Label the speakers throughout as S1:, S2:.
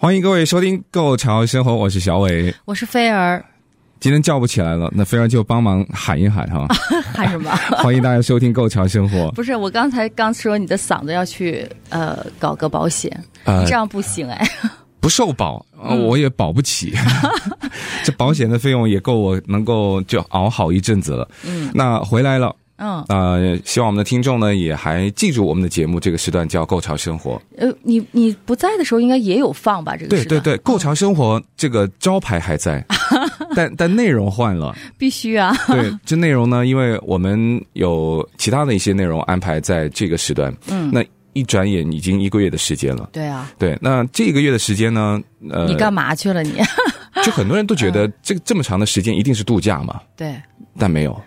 S1: 欢迎各位收听《购潮生活》，我是小伟。
S2: 我是 菲儿，
S1: 今天叫不起来了，那菲儿就帮忙喊一 喊哈。
S2: 喊什么？
S1: 欢迎大家收听《购潮生活》。
S2: 不是，我刚才刚说你的嗓子要去呃搞个保险，
S1: 呃
S2: 这样不行哎。
S1: 不受保，呃我也保不 起。这保险的费用也够我能够就熬好一阵子了。嗯，那回来了。
S2: 嗯，
S1: 呃，希望我们的听众呢也还记住我们的节目这个时段叫“购潮生活
S2: 呃，你你不在的时候应该也有放吧？这”。个
S1: 对
S2: 是吧
S1: 对对，“购潮生活”这个招牌还 在，但但内容换了。
S2: 必须啊。
S1: 对，这内容呢，因为我们有其他的一些内容安排在这个时段。嗯，那一转眼已经一个月的时间了。
S2: 对啊，
S1: 对，那这个月的时间呢，呃，
S2: 你干嘛去了 你？
S1: 就很多人都觉得这这么长的时间一定是度假嘛，
S2: 对
S1: 但没有。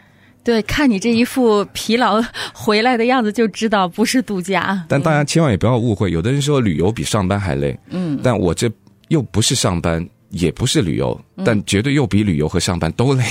S2: 对，看你这一副疲劳回来的样子，就知道不是度假。
S1: 但大家千万也不要误会，有的人说旅游比上班还累，嗯，但我这又不是上班，也不是旅游，但绝对又比旅游和上班都累。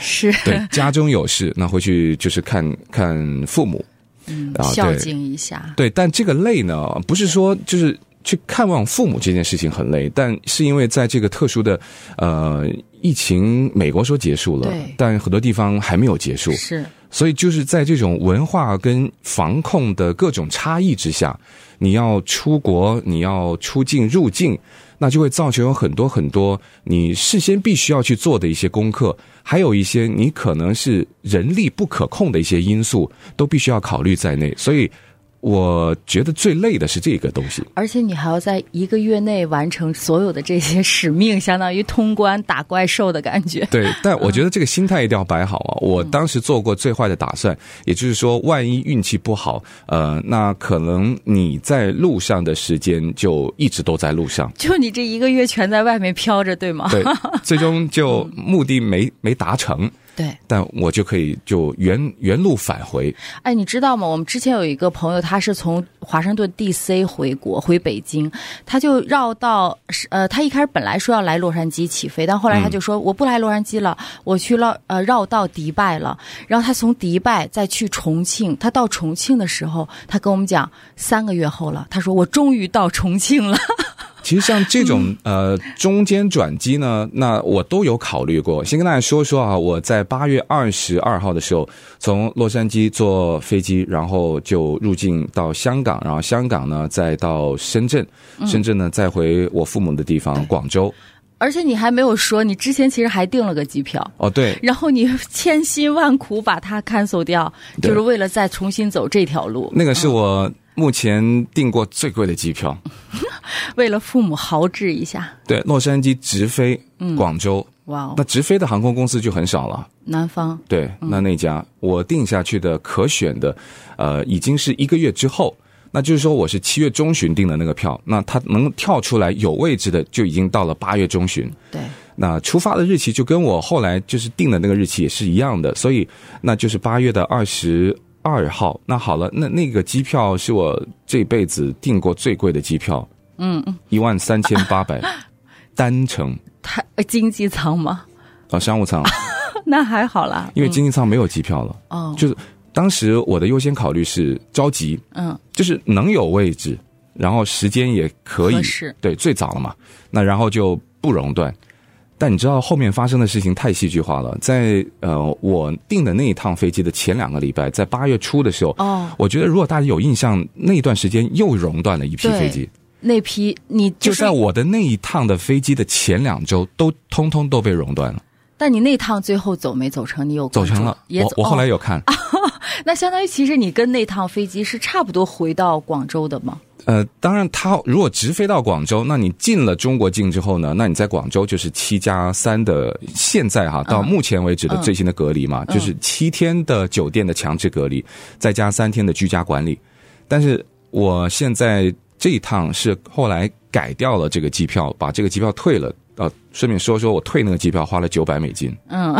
S2: 是
S1: 对，家中有事，那回去就是看看父母，嗯，啊，
S2: 孝
S1: 对
S2: 敬一下。
S1: 对，但这个累呢，不是说就是去看望父母这件事情很累，但是因为在这个特殊的呃疫情，美国说结束了
S2: 对，
S1: 但很多地方还没有结束，
S2: 是
S1: 所以就是在这种文化跟防控的各种差异之下，你要出国，你要出境入境，那就会造成有很多很多你事先必须要去做的一些功课，还有一些你可能是人力不可控的一些因素，都必须要考虑在内。所以，我觉得最累的是这个东西。
S2: 而且你还要在一个月内完成所有的这些使命，相当于通关打怪兽的感觉。。
S1: 对，但我觉得这个心态一定要摆好啊！我当时做过最坏的打算，也就是说，万一运气不好，呃，那可能你在路上的时间就一直都在路上
S2: 就你这一个月全在外面飘着，对吗？
S1: 对，最终就目的没没达成，
S2: 对，
S1: 但我就可以就原原路返回。
S2: 哎，你知道吗？我们之前有一个朋友，他是从华盛顿 D.C. 回国，回北京，他就绕到是呃，他一开始本来说要来洛杉矶起飞，但后来他就说、我不来洛杉矶了，我去绕呃绕到迪拜了。然后他从迪拜再去重庆，他到重庆的时候，他跟我们讲三个月后了，他说我终于到重庆了。
S1: 其实像这种呃中间转机呢，那我都有考虑过。先跟大家说说啊，我在八月二十二号的时候，从洛杉矶坐飞机，然后就入境到香港，然后香港呢再到深圳，深圳呢再回我父母的地方广州。
S2: 而且你还没有说，你之前其实还订了个机票。
S1: 哦，对，
S2: 然后你 千辛万苦把它 cancel 掉，
S1: 对嗯
S2: 就是为了再重新走这条路。
S1: 那个是我目前订过最贵的机票，
S2: 为了父母豪掷一下，
S1: 对，洛杉矶直飞广州。
S2: 哇哦
S1: 那，直飞的航空公司就很少了，
S2: 南方
S1: 对，那那家、我定下去的可选的，呃，已经是一个月之后，那就是说我是七月中旬订的那个票，那它能跳出来有位置的就已经到了八月中旬，
S2: 对，
S1: 那出发的日期就跟我后来就是定的那个日期也是一样的，所以那就是八月的二十二号。那好了，那那个机票是我这辈子订过最贵的机票，嗯，一万三千八百单程
S2: 太 呃经济舱吗？
S1: 啊，商务舱，
S2: 那还好啦，
S1: 因为经济舱没有机票了。
S2: 哦，
S1: 就是当时我的优先考虑是着急，
S2: 嗯，
S1: 就是能有位置，然后时间也可以
S2: 合适，
S1: 对，最早了嘛，那然后就不熔断。但你知道后面发生的事情太戏剧化了，在呃我订的那一趟飞机的前两个礼拜，在八月初的时候，
S2: 哦
S1: 我觉得如果大家有印象，那段时间又熔断了一批
S2: 对
S1: 飞机，
S2: 那批你
S1: 就
S2: 就是
S1: 在，我的那一趟的飞机的前两周，都通通都被熔断了，
S2: 但你那趟最后走没走成？你有
S1: 走
S2: 关注
S1: 成了。
S2: 嗯也
S1: 我
S2: 走
S1: 我后来
S2: 哦
S1: 有看，
S2: 那相当于其实你跟那趟飞机是差不多回到广州的嘛？
S1: 呃，当然，它如果直飞到广州，那你进了中国境之后呢，那你在广州就是七加三的，现在哈到目前为止的最新的隔离嘛，就是七天的酒店的强制隔离，再加三天的居家管理。但是我现在这一趟是后来改掉了这个机票，把这个机票退了。呃，顺便说说我退那个机票花了九百美金。
S2: 嗯，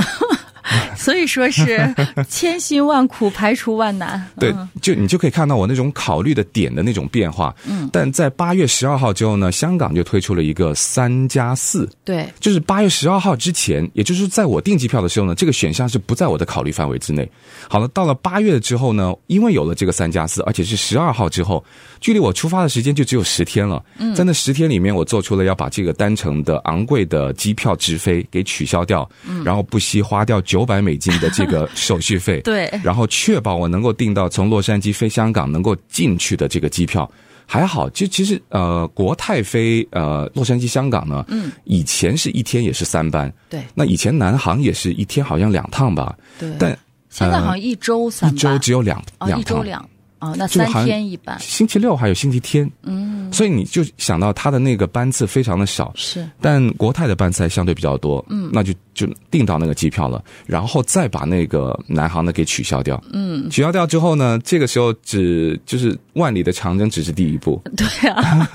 S2: 所以说是千辛万苦排除万难。
S1: 对
S2: 嗯，
S1: 就你就可以看到我那种考虑的点的那种变化。嗯，但在八月十二号之后呢，香港就推出了一个三加四，
S2: 对，
S1: 就是八月十二号之前，也就是在我订机票的时候呢，这个选项是不在我的考虑范围之内。好了，到了八月之后呢，因为有了这个三加四，而且是十二号之后，距离我出发的时间就只有十天了。嗯，在那十天里面，我做出了要把这个单程的昂贵的机票直飞给取消掉，然后不惜花掉九百美金的这 个手续费。
S2: 对
S1: 然后确保我能够订到从洛杉矶飞香港能够进去的这个机票。还好，就其实呃，国泰飞呃洛杉矶、香港呢，嗯，以前是一天也是三班，
S2: 对
S1: 那以前南航也是一天好像两趟吧，
S2: 对。
S1: 但呃
S2: 现在好像一周三
S1: 一周
S2: 班，
S1: 只有两、
S2: 啊，
S1: 两
S2: 一周
S1: 趟，
S2: 两啊，那
S1: 就
S2: 三
S1: 好像
S2: 天一班
S1: 星期六还有星期天，嗯，所以你就想到它的那个班次非常的少，
S2: 是。
S1: 但国泰的班次还相对比较多，嗯，那就就订到那个机票了，然后再把那个南航的给取消掉，嗯，取消掉之后呢，这个时候只就是万里的长征只是第一步，
S2: 对啊，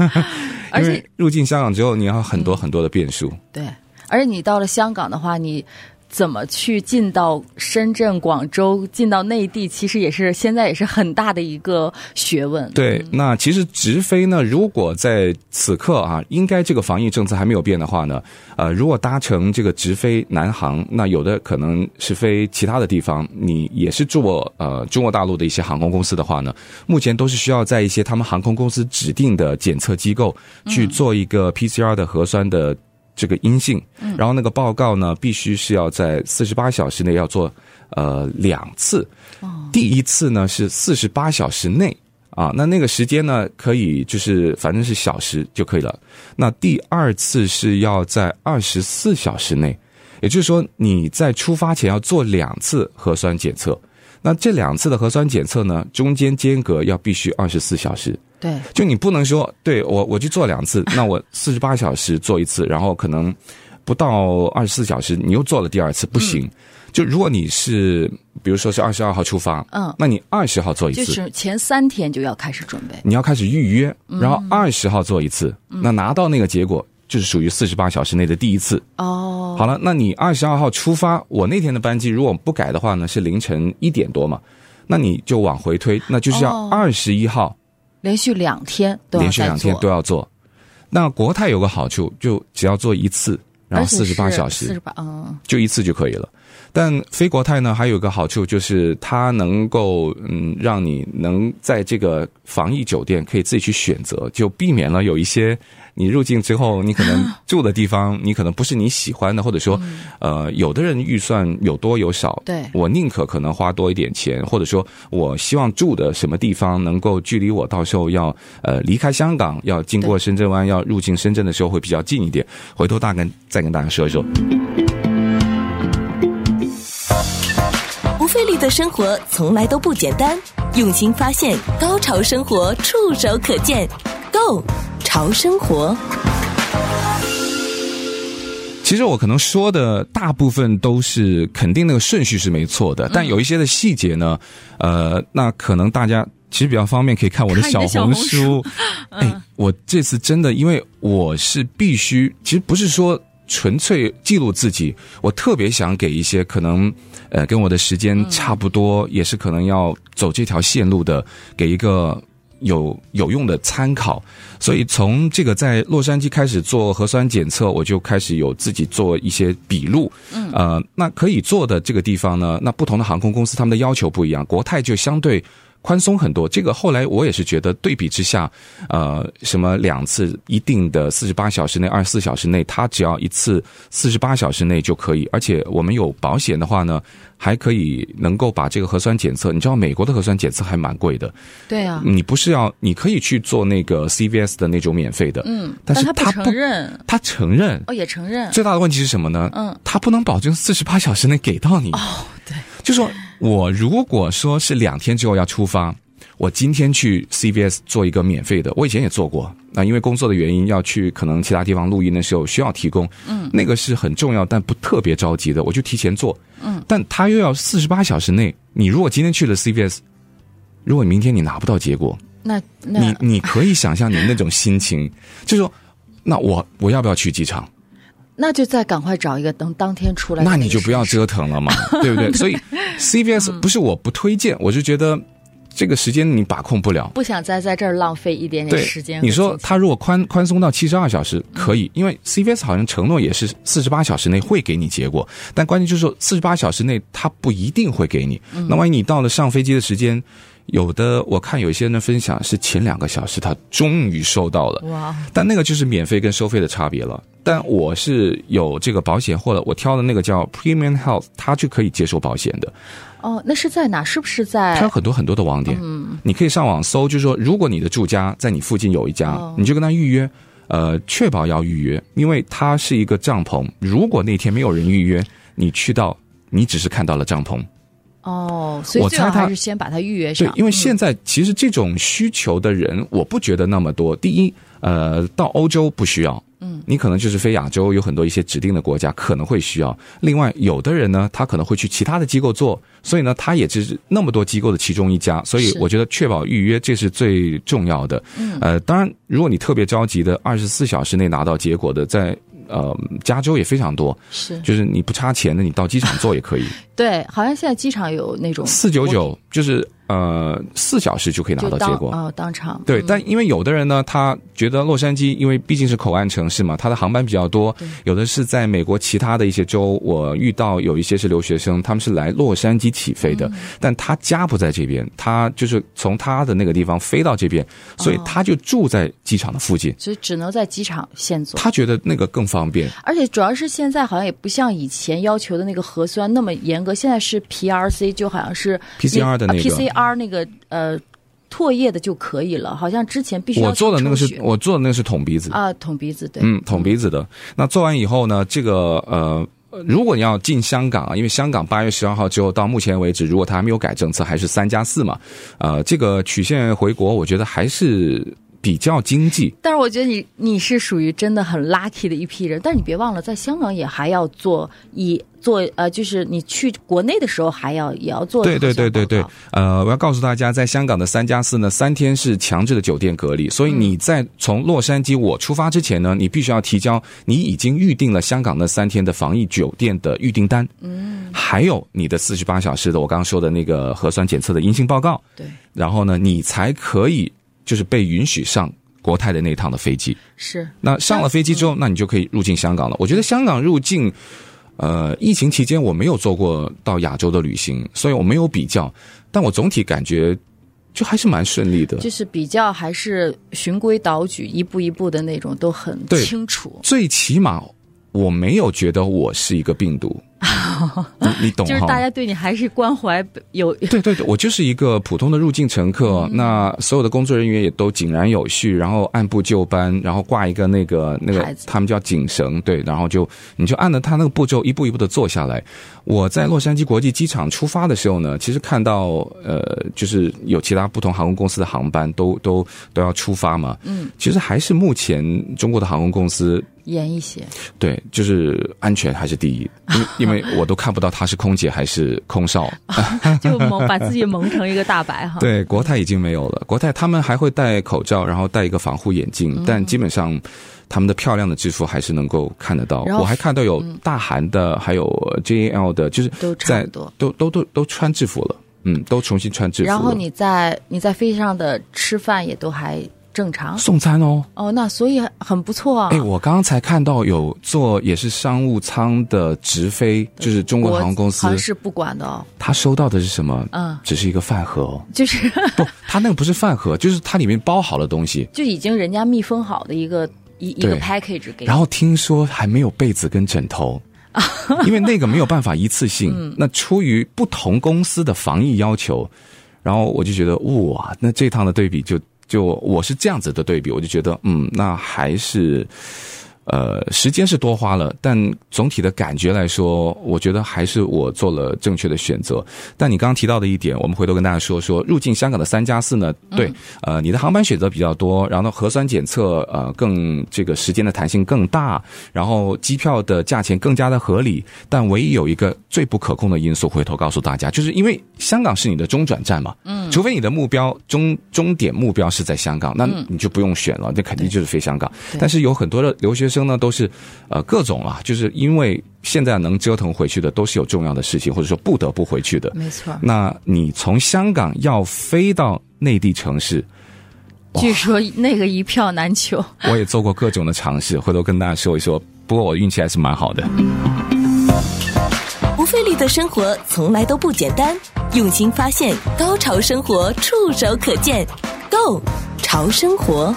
S2: 而
S1: 因
S2: 且嗯
S1: 为入境香港之后，你要很多很多的变数，
S2: 对，而且你到了香港的话，你怎么去进到深圳、广州，进到内地，其实也是现在也是很大的一个学问。
S1: 对，那其实直飞呢，如果在此刻啊，应该这个防疫政策还没有变的话呢，呃，如果搭乘这个直飞南航，那有的可能是飞其他的地方，你也是坐呃中国大陆的一些航空公司的话呢，目前都是需要在一些他们航空公司指定的检测机构去做一个 PCR 的核酸的。这个阴性，然后那个报告呢，必须是要在四十八小时内要做呃两次，第一次呢是四十八小时内啊，那那个时间呢可以就是反正是小时就可以了。那第二次是要在二十四小时内，也就是说你在出发前要做两次核酸检测。那这两次的核酸检测呢，中间间隔要必须二十四小时。
S2: 对
S1: 就你不能说，对我我去做两次，那我四十八小时做一次，然后可能不到二十四小时你又做了第二次，不行。就如果你是比如说是二十二号出发，
S2: 嗯
S1: 那你二十号做一
S2: 就
S1: 次，
S2: 是前三天就要开始准备。
S1: 你要开始预约，
S2: 嗯
S1: 然后二十号做一次，那拿到那个结果就是属于四十八小时内的第一次。
S2: 哦，
S1: 好了，那你二十二号出发，我那天的班机如果不改的话呢，是凌晨一点多嘛，那你就往回推，那就是要
S2: 哦
S1: 二十一号。
S2: 连续两天都要
S1: 连续
S2: 再
S1: 两天
S2: 做
S1: 都要做。那国泰有个好处，就只要做一次，然后四十八小
S2: 四
S1: 时
S2: 十八，嗯，
S1: 就一次就可以了。但飞国泰呢，还有一个好处就是它能够嗯，让你能在这个防疫酒店可以自己去选择，就避免了有一些你入境之后你可能住的地方，你可能不是你喜欢的，或者说呃，有的人预算有多呃有少，
S2: 对
S1: 我宁可可能花多一点钱，或者说我希望住的什么地方能够距离我到时候要呃离开香港，要经过深圳湾，要入境深圳的时候会比较近一点。回头大概再跟大家说一说。
S3: 不费力的生活从来都不简单，用心发现，高潮生活触手可见 g o 潮生活，
S1: 其实我可能说的大部分都是肯定那个顺序是没错的，
S2: 嗯
S1: 但有一些的细节呢，呃，那可能大家其实比较方便可以看我的
S2: 看你的小
S1: 红
S2: 红书。 嗯
S1: 哎，我这次真的因为我是必须，其实不是说。纯粹记录自己，我特别想给一些可能，呃，跟我的时间差不多，也是可能要走这条线路的，给一个有有用的参考。所以从这个在洛杉矶开始做核酸检测，我就开始有自己做一些笔录。嗯，呃，那可以做的这个地方呢，那不同的航空公司他们的要求不一样，国泰就相对。宽松很多，这个后来我也是觉得对比之下，呃，什么两次一定的四十八小时内、二十四小时内，它只要一次四十八小时内就可以，而且我们有保险的话呢，还可以能够把这个核酸检测，你知道美国的核酸检测还蛮贵的，
S2: 对啊，
S1: 你不是要，你可以去做那个 CVS 的那种免费的，嗯，但是
S2: 他
S1: 他
S2: 承认，
S1: 他承认。
S2: 哦，也承认，
S1: 最大的问题是什么呢？
S2: 嗯，
S1: 他不能保证四十八小时内给到你。
S2: 哦，对，
S1: 就说我如果说是两天之后要出发，我今天去 CVS 做一个免费的，我以前也做过。那因为工作的原因要去可能其他地方录音的时候需要提供，嗯，那个是很重要但不特别着急的，我就提前做。嗯，但他又要四十八小时内，你如果今天去了 CVS，如果明天你拿不到结果，
S2: 那那
S1: 你你可以想象你那种心情，就是说 那我我要不要去机场？
S2: 那就再赶快找一个等当天出来。
S1: 那你就不要折腾了 嘛，对不对？所以 CVS
S2: 嗯
S1: 不是我不推荐，我是觉得这个时间你把控不了。
S2: 不想再在这儿浪费一点点
S1: 对
S2: 时间，和嗯
S1: 你说
S2: 金钱
S1: 他如果宽宽松到七十二小时可以，因为 CVS 好像承诺也是四十八小时内会给你结果，但关键就是说四十八小时内他不一定会给你。
S2: 嗯
S1: 那万一你到了上飞机的时间，有的我看有一些人的分享是前两个小时他终于收到了，
S2: 哇，
S1: 但那个就是免费跟收费的差别了。但我是有这个保险或者我挑的那个叫 Premium Health，它就可以接受保险的。
S2: 哦，那是在哪？是不是
S1: 它有
S2: 在？
S1: 很多很多的网点，你可以上网搜，就是说，如果你的住家在你附近有一家，
S2: 哦
S1: 你就跟他预约，呃，确保要预约，因为它是一个帐篷。如果那天没有人预约，你去到。你只是看到了帐篷，
S2: 哦，所以
S1: 我
S2: 最好
S1: 猜它
S2: 还是先把它预约
S1: 对
S2: 上，。
S1: 因为现在其实这种需求的人，我不觉得那么多。第一，呃，到欧洲不需要，嗯，你可能就是非亚洲有很多一些指定的国家可能会需要。另外，有的人呢，他可能会去其他的机构做，所以呢，他也只是那么多机构的其中一家，所以
S2: 是
S1: 我觉得确保预约这是最重要的。嗯，呃，当然，如果你特别着急的，二十四小时内拿到结果的，在呃加州也非常多，
S2: 是
S1: 就是你不差钱的，你到机场做也可以，
S2: 对，好像现在机场有那种
S1: 四九九就是呃四小时就可以拿
S2: 就
S1: 到
S2: 当
S1: 结果。
S2: 哦，当场
S1: 对，但因为有的人呢，他觉得洛杉矶因为毕竟是口岸城市嘛，他的航班比较多，有的是在美国其他的一些州，我遇到有一些是留学生，他们是来洛杉矶起飞
S2: 嗯
S1: 的，但他家不在这边，他就是从他的那个地方飞到这边，
S2: 哦
S1: 所以他就住在机场的附近，
S2: 所以只能在机场现做。
S1: 他觉得那个更方便。
S2: 而且主要是现在好像也不像以前要求的那个核酸那么严格，现在是 PRC 就好像是
S1: PCR 的那个
S2: PCR 那个呃唾液的就可以了，好像之前必须要
S1: 我做的那个
S2: 抽
S1: 是
S2: 血
S1: 我做的那个是捅鼻子，
S2: 啊捅鼻子对，
S1: 嗯，捅鼻子的。那做完以后呢，这个呃。如果你要进香港啊，因为香港八月十二号之后到目前为止，如果他还没有改政策，还是三加四嘛，呃，这个曲线回国，我觉得还是比较经济。
S2: 但是我觉得你你是属于真的很 lucky 的一批人，但是你别忘了，在香港也还要做以做呃，就是你去国内的时候还要也要做
S1: 对对对对对
S2: 核酸报告，
S1: 呃，我要告诉大家，在香港的三加四呢，三天是强制的酒店隔离，所
S2: 嗯
S1: 以你在从洛杉矶我出发之前呢，你必须要提交你已经预定了香港那三天的防疫酒店的预订单，嗯，还有你的四十八小时的我刚刚说的那个核酸检测的阴性报告，
S2: 对
S1: 然后呢，你才可以就是被允许上国泰的那趟的飞机。
S2: 是
S1: 那上了飞机之后，那你就可以入境香港了。我觉得香港入境，呃，疫情期间我没有做过到亚洲的旅行，所以我没有比较，但我总体感觉就还是蛮顺利的。
S2: 就是比较还是循规蹈矩，一步一步的那种都很
S1: 对
S2: 清楚，
S1: 最起码我没有觉得我是一个病毒， 你你懂
S2: 就是
S1: 哈？
S2: 大家对你还是关怀有
S1: 对对对，我就是一个普通的入境乘客，那所有的工作人员也都井然有序，然后按部就班，然后挂一个那个那
S2: 牌
S1: 个
S2: 子
S1: 他们叫井绳，对，然后就你就按照他那个步骤一步一步的做下来。我在洛杉矶国际机场出发的时候呢，其实看到呃，就是有其他不同航空公司的航班都都都要出发嘛，嗯，其实还是目前中国的航空公司
S2: 严 一些，
S1: 对，就是安全还是第一，因为因为我都看不到他是空姐还是空少。
S2: 就蒙把自己蒙成一个大白哈。
S1: 对，国泰已经没有了。国泰他们还会戴口罩，然后戴一个防护眼镜，
S2: 嗯
S1: 但基本上他们的漂亮的制服还是能够看得到。
S2: 然后嗯
S1: 我还看到有大韩的，还有 JAL 的，就是
S2: 都差
S1: 在
S2: 不多
S1: 都都都都穿制服了，嗯，都重新穿制服了。
S2: 然后你在你在飞机上的吃饭也都还正常
S1: 送餐哦。
S2: 哦，那所以很不错啊。
S1: 哎，我刚刚才看到有坐也是商务舱的直飞，就是中国航空公司
S2: 好，像是不管的哦，
S1: 他收到的是什么？
S2: 嗯
S1: 只是一个饭盒哦，
S2: 就是
S1: 不，他那个不是饭盒，就是它里面包好了东西。
S2: 就已经人家密封好的一个一一个
S1: 对
S2: package 给你，
S1: 然后听说还没有被子跟枕 头，因为那个没有办法一次
S2: 嗯
S1: 性。那出于不同公司的防疫要求，然后我就觉得哇，那这趟的对比就就我是这样子的对比，我就觉得嗯，那还是。呃，时间是多花了，但总体的感觉来说，我觉得还是我做了正确的选择。但你刚刚提到的一点，我们回头跟大家说说，入境香港的三加四呢，对，呃，你的航班选择比较多，然后核酸检测呃更这个时间的弹性更大，然后机票的价钱更加的合理。但唯一有一个最不可控的因素，回头告诉大家，就是因为香港是你的中转站嘛，嗯，除非你的目标终终点目标是在香港，那你就不用选了，那肯定就是飞香港。
S2: 对
S1: 但是有很多的留学生呢，都是呃各种啊，就是因为现在能折腾回去的，都是有重要的事情，或者说不得不回去的。
S2: 没错。
S1: 那你从香港要飞到内地城 市，
S2: 据说那个一票难求。
S1: 我也做过各种的尝试，回头跟大家说一说。不过我运气还是蛮好的。
S3: 不费力的生活从来都不简单，用心发现，高潮生活触手可见 g o 潮生活，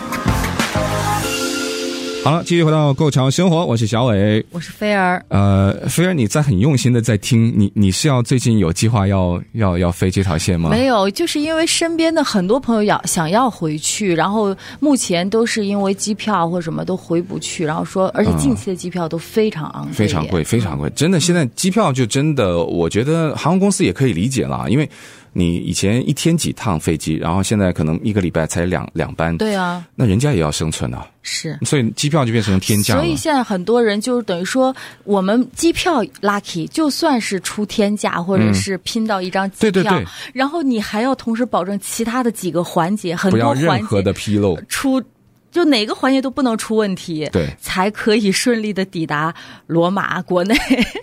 S1: 好了，继续回到《购潮生活》，我是小伟。
S2: 我是菲儿，
S1: 呃，菲儿，你在很用心的在听，你你是要最近有计划要要要飞这条线吗？
S2: 没有，就是因为身边的很多朋友要想要回去，然后目前都是因为机票或什么都回不去，然后说，而且近期的机票都非常昂贵，
S1: 嗯非常贵，。非常贵，真的，现在机票就真的，我觉得航空公司也可以理解啦，因为你以前一天几趟飞机，然后现在可能一个礼拜才两两班，
S2: 对啊，
S1: 那人家也要生存啊，
S2: 是。
S1: 所以机票就变成天价了
S2: 所。以现在很多人就是等于说，我们机票 lucky，就算是出天价或者是拼到一张机票，
S1: 嗯对对对
S2: 然后你还要同时保证其他的几个环节，很
S1: 不要
S2: 多
S1: 任
S2: 环
S1: 何
S2: 节
S1: 的纰 漏，
S2: 出，就哪个环节都不能出问题，
S1: 对
S2: 才可以顺利的抵达罗马 国内。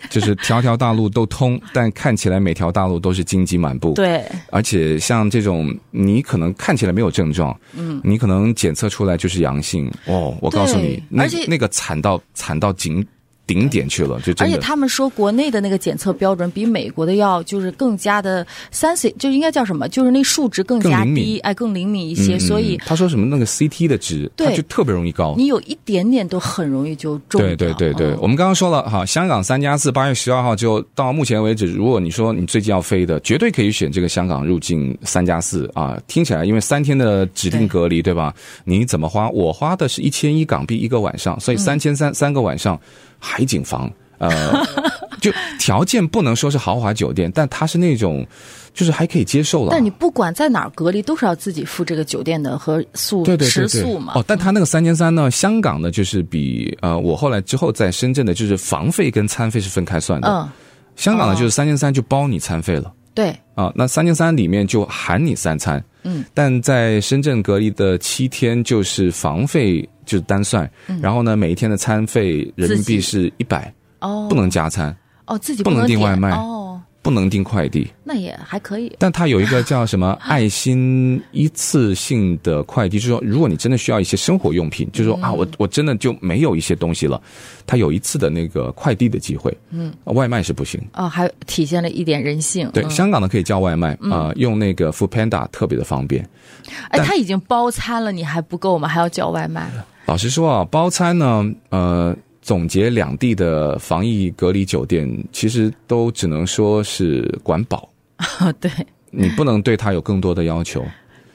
S1: 就是条条大路都通， 但看起来每条大路都是荆棘满布。
S2: 对，
S1: 而且像这种，你可能看起来没有症状，嗯，你可能检测出来就是阳性哦。我告诉你
S2: 对，
S1: 那
S2: 而且
S1: 那个惨到惨到顶顶点去了，就
S2: 而
S1: 真
S2: 且
S1: 的。
S2: 他们说国内的那个检测标准比美国的要就是更加的 sensi，就应该叫什么？就是那数值更
S1: 更
S2: 加
S1: 灵敏
S2: 低，哎，更灵敏一些，所以
S1: 嗯他说什么那个 CT 的值，
S2: 对
S1: 它就特别容易高。
S2: 你有一点点都很容易就中
S1: 对对对对，
S2: 嗯
S1: 我们刚刚说了哈，香港三加四八月十二号就到目前为止，如果你说你最近要飞的，绝对可以选这个香港入境三加四啊。听起来因为三天的指定隔离对吧？你怎么花？我花的是一千一港币一个晚上，所以
S2: 嗯
S1: 三千三三个晚上，海景房 呃，就条件不能说是豪华酒店，但它是那种就是还可以接受了。
S2: 但你不管在哪儿隔离，都是要自己付这个酒店的和宿
S1: 对对对
S2: 食
S1: 对
S2: 宿嘛。嗯
S1: 哦，但他那个三千三呢，香港呢就是比呃，我后来之后在深圳的，就是房费跟餐费是分开算的。
S2: 嗯，
S1: 香港呢
S2: 哦
S1: 就是三千三就包你餐费了。
S2: 对，
S1: 啊，那三千三里面就含你三餐，
S2: 哦嗯，
S1: 但在深圳隔离的七天就是房费就是单算，然后呢每一天的餐费人民币
S2: 嗯自己
S1: 是一百，
S2: 哦，
S1: 不能加餐，
S2: 哦，自己
S1: 不能
S2: 能
S1: 订
S2: 点
S1: 外卖
S2: 哦，
S1: 不能订快递，
S2: 那也还可以。
S1: 但它有一个叫什么爱心一次性的快递，就是说，如果你真的需要一些生活用品，就是说啊，我我真的就没有一些东西了，它有一次的那个快递的机会，嗯，外卖是不行。
S2: 哦，还体现了一点人性。
S1: 对，
S2: 嗯
S1: 香港的可以叫外卖啊、呃用那个 Food Panda 特别的方便。
S2: 哎，
S1: 但
S2: 他已经包餐了，你还不够吗？还要叫外卖？
S1: 老实说啊，包餐呢，呃，总结两地的防疫隔离酒店，其实都只能说是管饱，
S2: 哦，对，
S1: 你不能对它有更多的要求。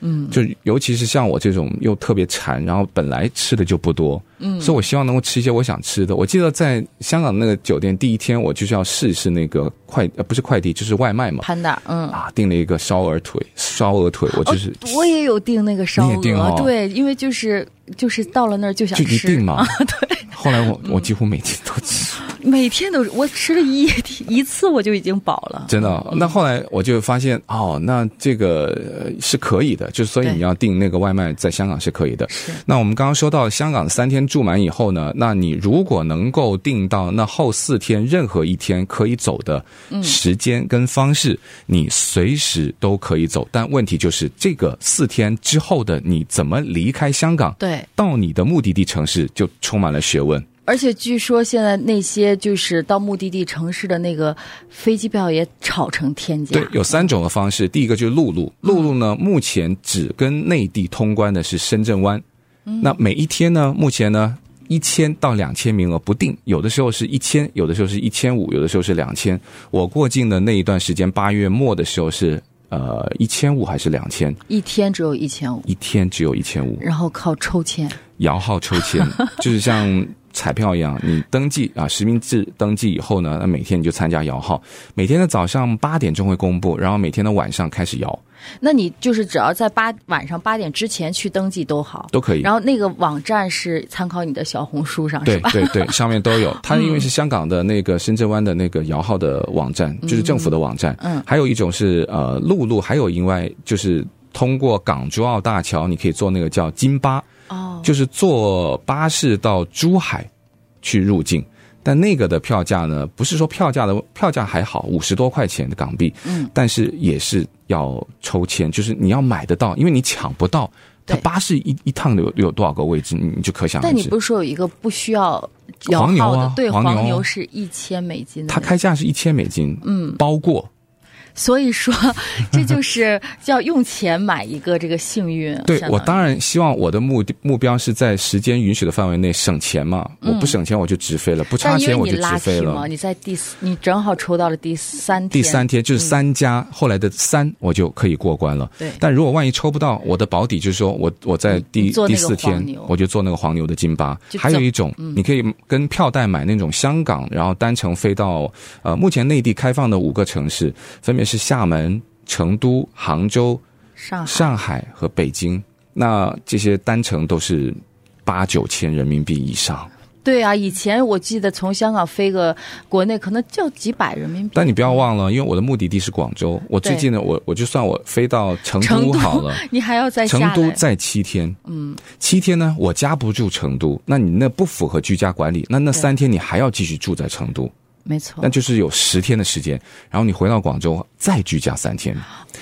S1: 嗯，就尤其是像我这种又特别馋，然后本来吃的就不多，嗯，所以我希望能够吃一些我想吃的。我记得在香港那个酒店第一天，我就是要试一试那个快呃不是快递，就是外卖嘛，
S2: 潘达，嗯，
S1: 啊，订了一个烧鹅腿，烧鹅腿，我就是、
S2: 哦、我也有订那个烧
S1: 你也订
S2: 鹅，
S1: 哦
S2: 对，因为就是就是到了那儿就想
S1: 就一
S2: 吃，
S1: 定嘛， 对。嗯后来我我几乎每天都吃，
S2: 每天都是我吃了一一次我就已经饱了。
S1: 真的哦、那后来我就发现，哦，那这个呃是可以的，就是所以
S2: 对
S1: 你要订那个外卖，在香港是可以的。那我们刚刚说到香港三天住满以后呢，那你如果能够订到那后四天任何一天可以走的时间跟方式，你随时都可以走。但问题就是，这个四天之后的你怎么离开香港，
S2: 对，
S1: 到你的目的地城市，就充满了学问。
S2: 而且据说现在那些就是到目的地城市的那个飞机票也炒成天价。
S1: 对，有三种的方式。第一个就是陆路，陆路呢，目前只跟内地通关的是深圳湾。那每一天呢，目前呢，一千到两千名额不定，有的时候是一千，有的时候是一千五，有的时候是两千。我过境的那一段时间，八月末的时候是呃一千五还是两千？
S2: 一天只有一千五，
S1: 一天只有一千五，
S2: 然后靠抽签。
S1: 摇号抽签，就是像彩票一样，你登记啊，实名制登记以后呢，那每天你就参加摇号，每天的早上八点钟会公布，然后每天的晚上开始摇
S2: 那你就是只要在八晚上八点之前去登记都好。
S1: 都可以。
S2: 然后那个网站是参考你的小红书上
S1: 对
S2: 是吧？嗯
S1: 对 对，上面都有。它因为是香港的那个深圳湾的那个摇号的网站，就是政府的网站。
S2: 嗯，
S1: 还有一种是呃陆路，还有另外就是通过港珠澳大桥，你可以坐那个叫金巴，
S2: 哦，
S1: 就是坐巴士到珠海去入境。但那个的票价呢，不是说票价的票价还好，五十多块钱的港币，
S2: 嗯，
S1: 但是也是要抽签，就是你要买得到，因为你抢不到。它
S2: 对
S1: 巴士一一趟有有多少个位置，你你就可想而
S2: 但你
S1: 知
S2: 不。是说有一个不需要摇
S1: 黄牛
S2: 号的？
S1: 啊
S2: 对，
S1: 黄牛啊
S2: 黄牛是一千美金的那
S1: 它
S2: 种。
S1: 开价是一千美金，嗯，包过。
S2: 所以说，这就是叫用钱买一个这个幸运。啊
S1: 对
S2: 相当于
S1: 我当然希望我的目的目标是在时间允许的范围内省钱嘛，我不省钱我就直飞了，不差
S2: 嗯但因为
S1: 钱我
S2: 你
S1: 就直飞
S2: lucky
S1: 了
S2: 嘛，。你在第四，你正好抽到了第三天。
S1: 第三天就是三加、后来的三，我就可以过关了。
S2: 对
S1: 但如果万一抽不到，我的保底就是说我我在第
S2: 你做那
S1: 第
S2: 个
S1: 四天
S2: 黄牛
S1: 我就做那个黄牛的金巴。
S2: 就
S1: 还有
S2: 走嗯
S1: 一种，你可以跟票代买那种香港，然后单程飞到呃目前内地开放的五个城市，分别是厦门、成都、杭州、
S2: 上海
S1: 上海和北京，那这些单程都是八九千人民币以上。
S2: 对啊，以前我记得从香港飞个国内可能就几百人民币。
S1: 但你不要忘了，因为我的目的地是广州，我最
S2: 对
S1: 近呢，我我就算我飞到成
S2: 成
S1: 都
S2: 都
S1: 好了，
S2: 你还要再
S1: 成
S2: 下
S1: 都
S2: 来。
S1: 在七天，嗯，七天呢，我家不住成都，那你那不符合居家管理，那那
S2: 对
S1: 三天你还要继续住在成都，
S2: 没错
S1: 那，就是有十天的时间，然后你回到广州再居家三天，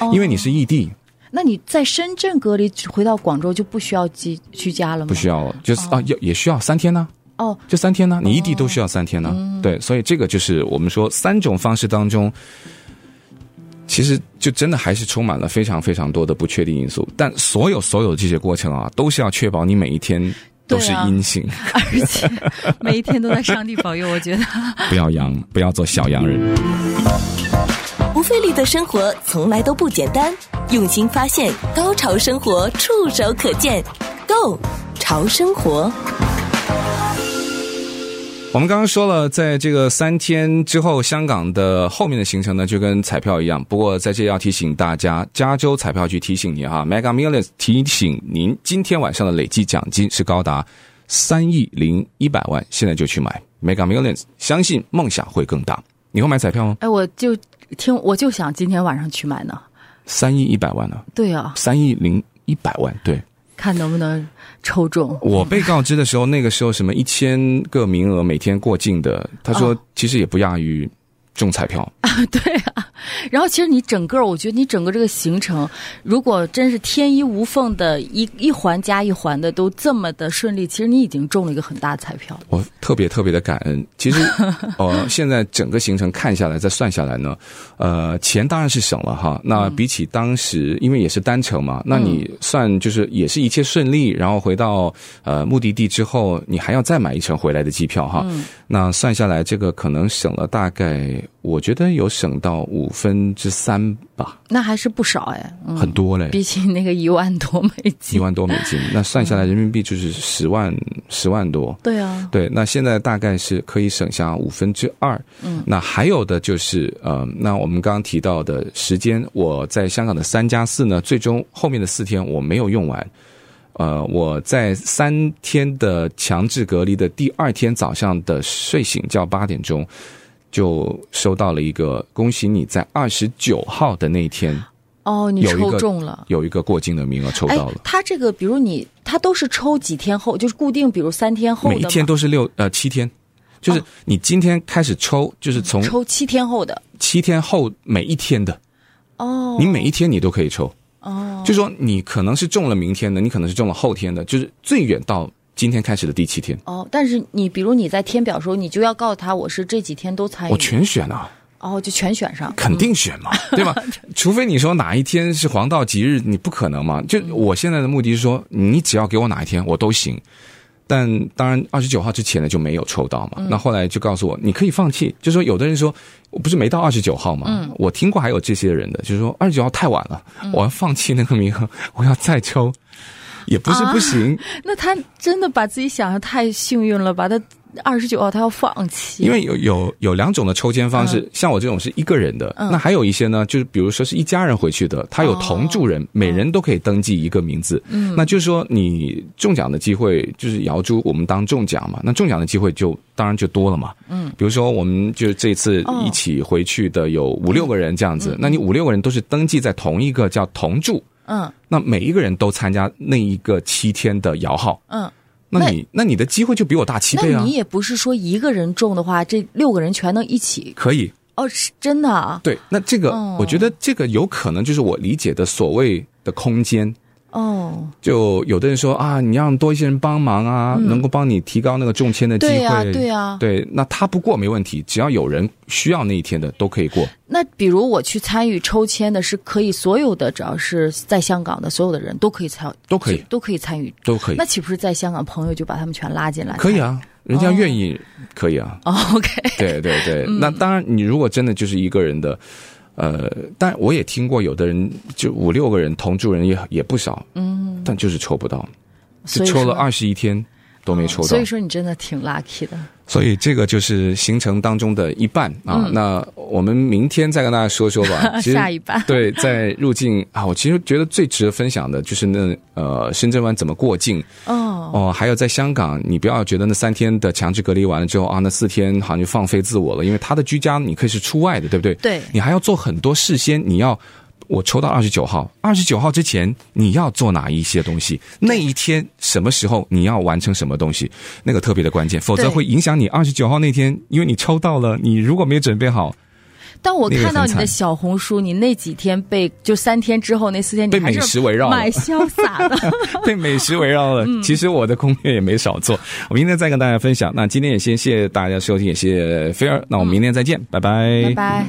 S2: 哦
S1: 因为你是异地，
S2: 那你在深圳隔离，回到广州就不需要居居家了吗？
S1: 不需要就是啊，也也需要三天呢、
S2: 哦，
S1: 这三天呢，哦你异地都需要三天呢。对，所以这个就是我们说三种方式当中，其实就真的还是充满了非常非常多的不确定因素。但所有所有的这些过程啊，都是要确保你每一天都是
S2: 对啊
S1: 阴性，
S2: 而且每一天都在上帝保佑，我觉得。
S1: 不要阳，不要做小阳人。
S3: 不费力的生活从来都不简单，用心发现，高潮生活触手可见 Go 潮生活。
S1: 我们刚刚说了，在这个三天之后，香港的后面的行程呢，就跟彩票一样。不过在这要提醒大家，加州彩票局提醒你哈，Mega Millions 提醒您，今天晚上的累计奖金是高达三亿零一百万，现在就去买 Mega Millions，相信梦想会更大。你会买彩票吗？
S2: 哎，我就听，我就想今天晚上去买呢。
S1: 三亿一百万呢、
S2: 对啊，
S1: 三亿零一百万，对。
S2: 看能不能抽中。
S1: 我被告知的时候，那个时候什么一千个名额每天过境的，他说其实也不亚于中彩票。
S2: 对啊，然后其实你整个，我觉得你整个这个行程，如果真是天衣无缝的一一环加一环的都这么的顺利，其实你已经中了一个很大的彩票。
S1: 我特别特别的感恩。其 实，呃，现在整个行程看下来，再算下来呢，呃，钱当然是省了哈。那
S2: 嗯
S1: 比起当时，因为也是单程嘛，那你算就是也是一切顺利，然后回到呃目的地之后，你还要再买一程回来的机票哈。
S2: 嗯
S1: 那算下来，这个可能省了大概，我觉得有省到五分之三吧，
S2: 那还是不少哎，嗯，
S1: 很多嘞。
S2: 比起那个一万多美
S1: 一
S2: 金，
S1: 万多美金，那算下来人民币就是十万十万多，
S2: 对啊，
S1: 对，那现在大概是可以省下五分之二。嗯，那还有的就是呃，那我们刚刚提到的时间，我在香港的三加四呢，最终后面的四天我没有用完。呃，我在三天的强制隔离的第二天早上的睡醒觉八点钟，就收到了一个恭喜你在二十九号的那一天
S2: 哦，你
S1: 有一个
S2: 抽中了。
S1: 有一个过境的名额抽
S2: 哎
S1: 到了，。
S2: 他这个，比如你，他都是抽几天后，就是固定，比如三天后的
S1: 每
S2: 吗哦
S1: 一天都是六呃七天，就是你今天开始抽，就是从
S2: 嗯抽七天后的
S1: 七天后每一天的，
S2: 哦
S1: 你每一天你都可以抽。
S2: 哦，
S1: 就说你可能是中了明天的，你可能是中了后天的，就是最远到今天开始的第七天，
S2: 哦，但是你比如你在填表的时候，你就要告诉他我是这几天都参与，
S1: 我全选啊，
S2: 哦就全选上，
S1: 肯定选嘛，对吧？除非你说哪一天是黄道吉日，你不可能嘛。就我现在的目的是说，你只要给我哪一天，我都行。但当然，二十九号之前呢就没有抽到嘛。那后来就告诉我，你可以放弃。就说有的人说，我不是没到二十九号嘛，我听过还有这些人的，就是说二十九号太晚了，我要放弃那个名额，我要再抽，也不是不行。
S2: 那他真的把自己想的太幸运了吧？他二十九号他要放弃，
S1: 因为有有有两种的抽签方式，像我这种是一个人的，
S2: 嗯
S1: 那还有一些呢，就是比如说是一家人回去的，他有同住
S2: 哦
S1: 人，每人都可以登记一个名字。嗯，那就是说你中奖的机会就是摇珠，我们当中奖嘛，那中奖的机会就当然就多了嘛。嗯，比如说我们就这次一起回去的有
S2: 哦
S1: 五六个人这样子，那你五六个人都是登记在同一个叫同住，
S2: 嗯
S1: 那每一个人都参加那一个七天的摇号，
S2: 嗯。
S1: 那你那你的机会就比我大七倍
S2: 那
S1: 啊
S2: 你！也不是说一个人中的话，这六个人全能一起
S1: 可以，
S2: 哦，是真的啊，
S1: 对，那这个、
S2: 哦
S1: 我觉得这个有可能就是我理解的所谓的空间。
S2: 哦，
S1: 就有的人说啊，你让多一些人帮忙啊，能够帮你提高那个中签的机会。
S2: 嗯对呀、对呀、
S1: 对那他不过没问题，只要有人需要那一天的都可以过。
S2: 那比如我去参与抽签的，是可以所有的，只要是在香港的所有的人都可以参，
S1: 都可以
S2: 都可以参与。
S1: 都可以
S2: 那，岂不是在香港朋友就把他们全拉进来？
S1: 可以。啊，人家愿意，可以啊。
S2: 哦，OK，嗯
S1: 对对 对，那当然，你如果真的就是一个人的，呃，但我也听过有的人就五六个人同住人也也不少，嗯，但就是抽不到，就
S2: 所以
S1: 抽
S2: 说
S1: 了二十一天都没抽到。
S2: 所以说你真的挺 lucky 的。
S1: 所以这个就是行程当中的一半啊。那我们明天再跟大家说说 吧。其实
S2: 嗯下一半
S1: 对，在入境啊，我其实觉得最值得分享的就是那呃深圳湾怎么过境
S2: 哦，
S1: 哦，还有在香港，你不要觉得那三天的强制隔离完了之后啊，那四天好像就放飞自我了，因为他的居家你可以是出外的，对不对？
S2: 对
S1: 你还要做很多事先你要。我抽到二十九号，二十九号之前你要做哪一些东西？那一天什么时候你要完成什么东西？那个特别的关键，否则
S2: 对
S1: 会影响你二十九号那天，因为你抽到了，你如果没准备好，
S2: 但我
S1: 那个
S2: 看到
S1: 很
S2: 你
S1: 惨
S2: 的小红书，你那几天被就三天之后那四天，你
S1: 被
S2: 还
S1: 美
S2: 是
S1: 食围绕了
S2: 蛮潇 洒的。
S1: 被美食围绕了。其实我的攻略也没少做。我明天再跟大家分享。那今天也先谢谢大家收听，也谢谢菲儿。那我们明天再见，拜
S2: 拜拜。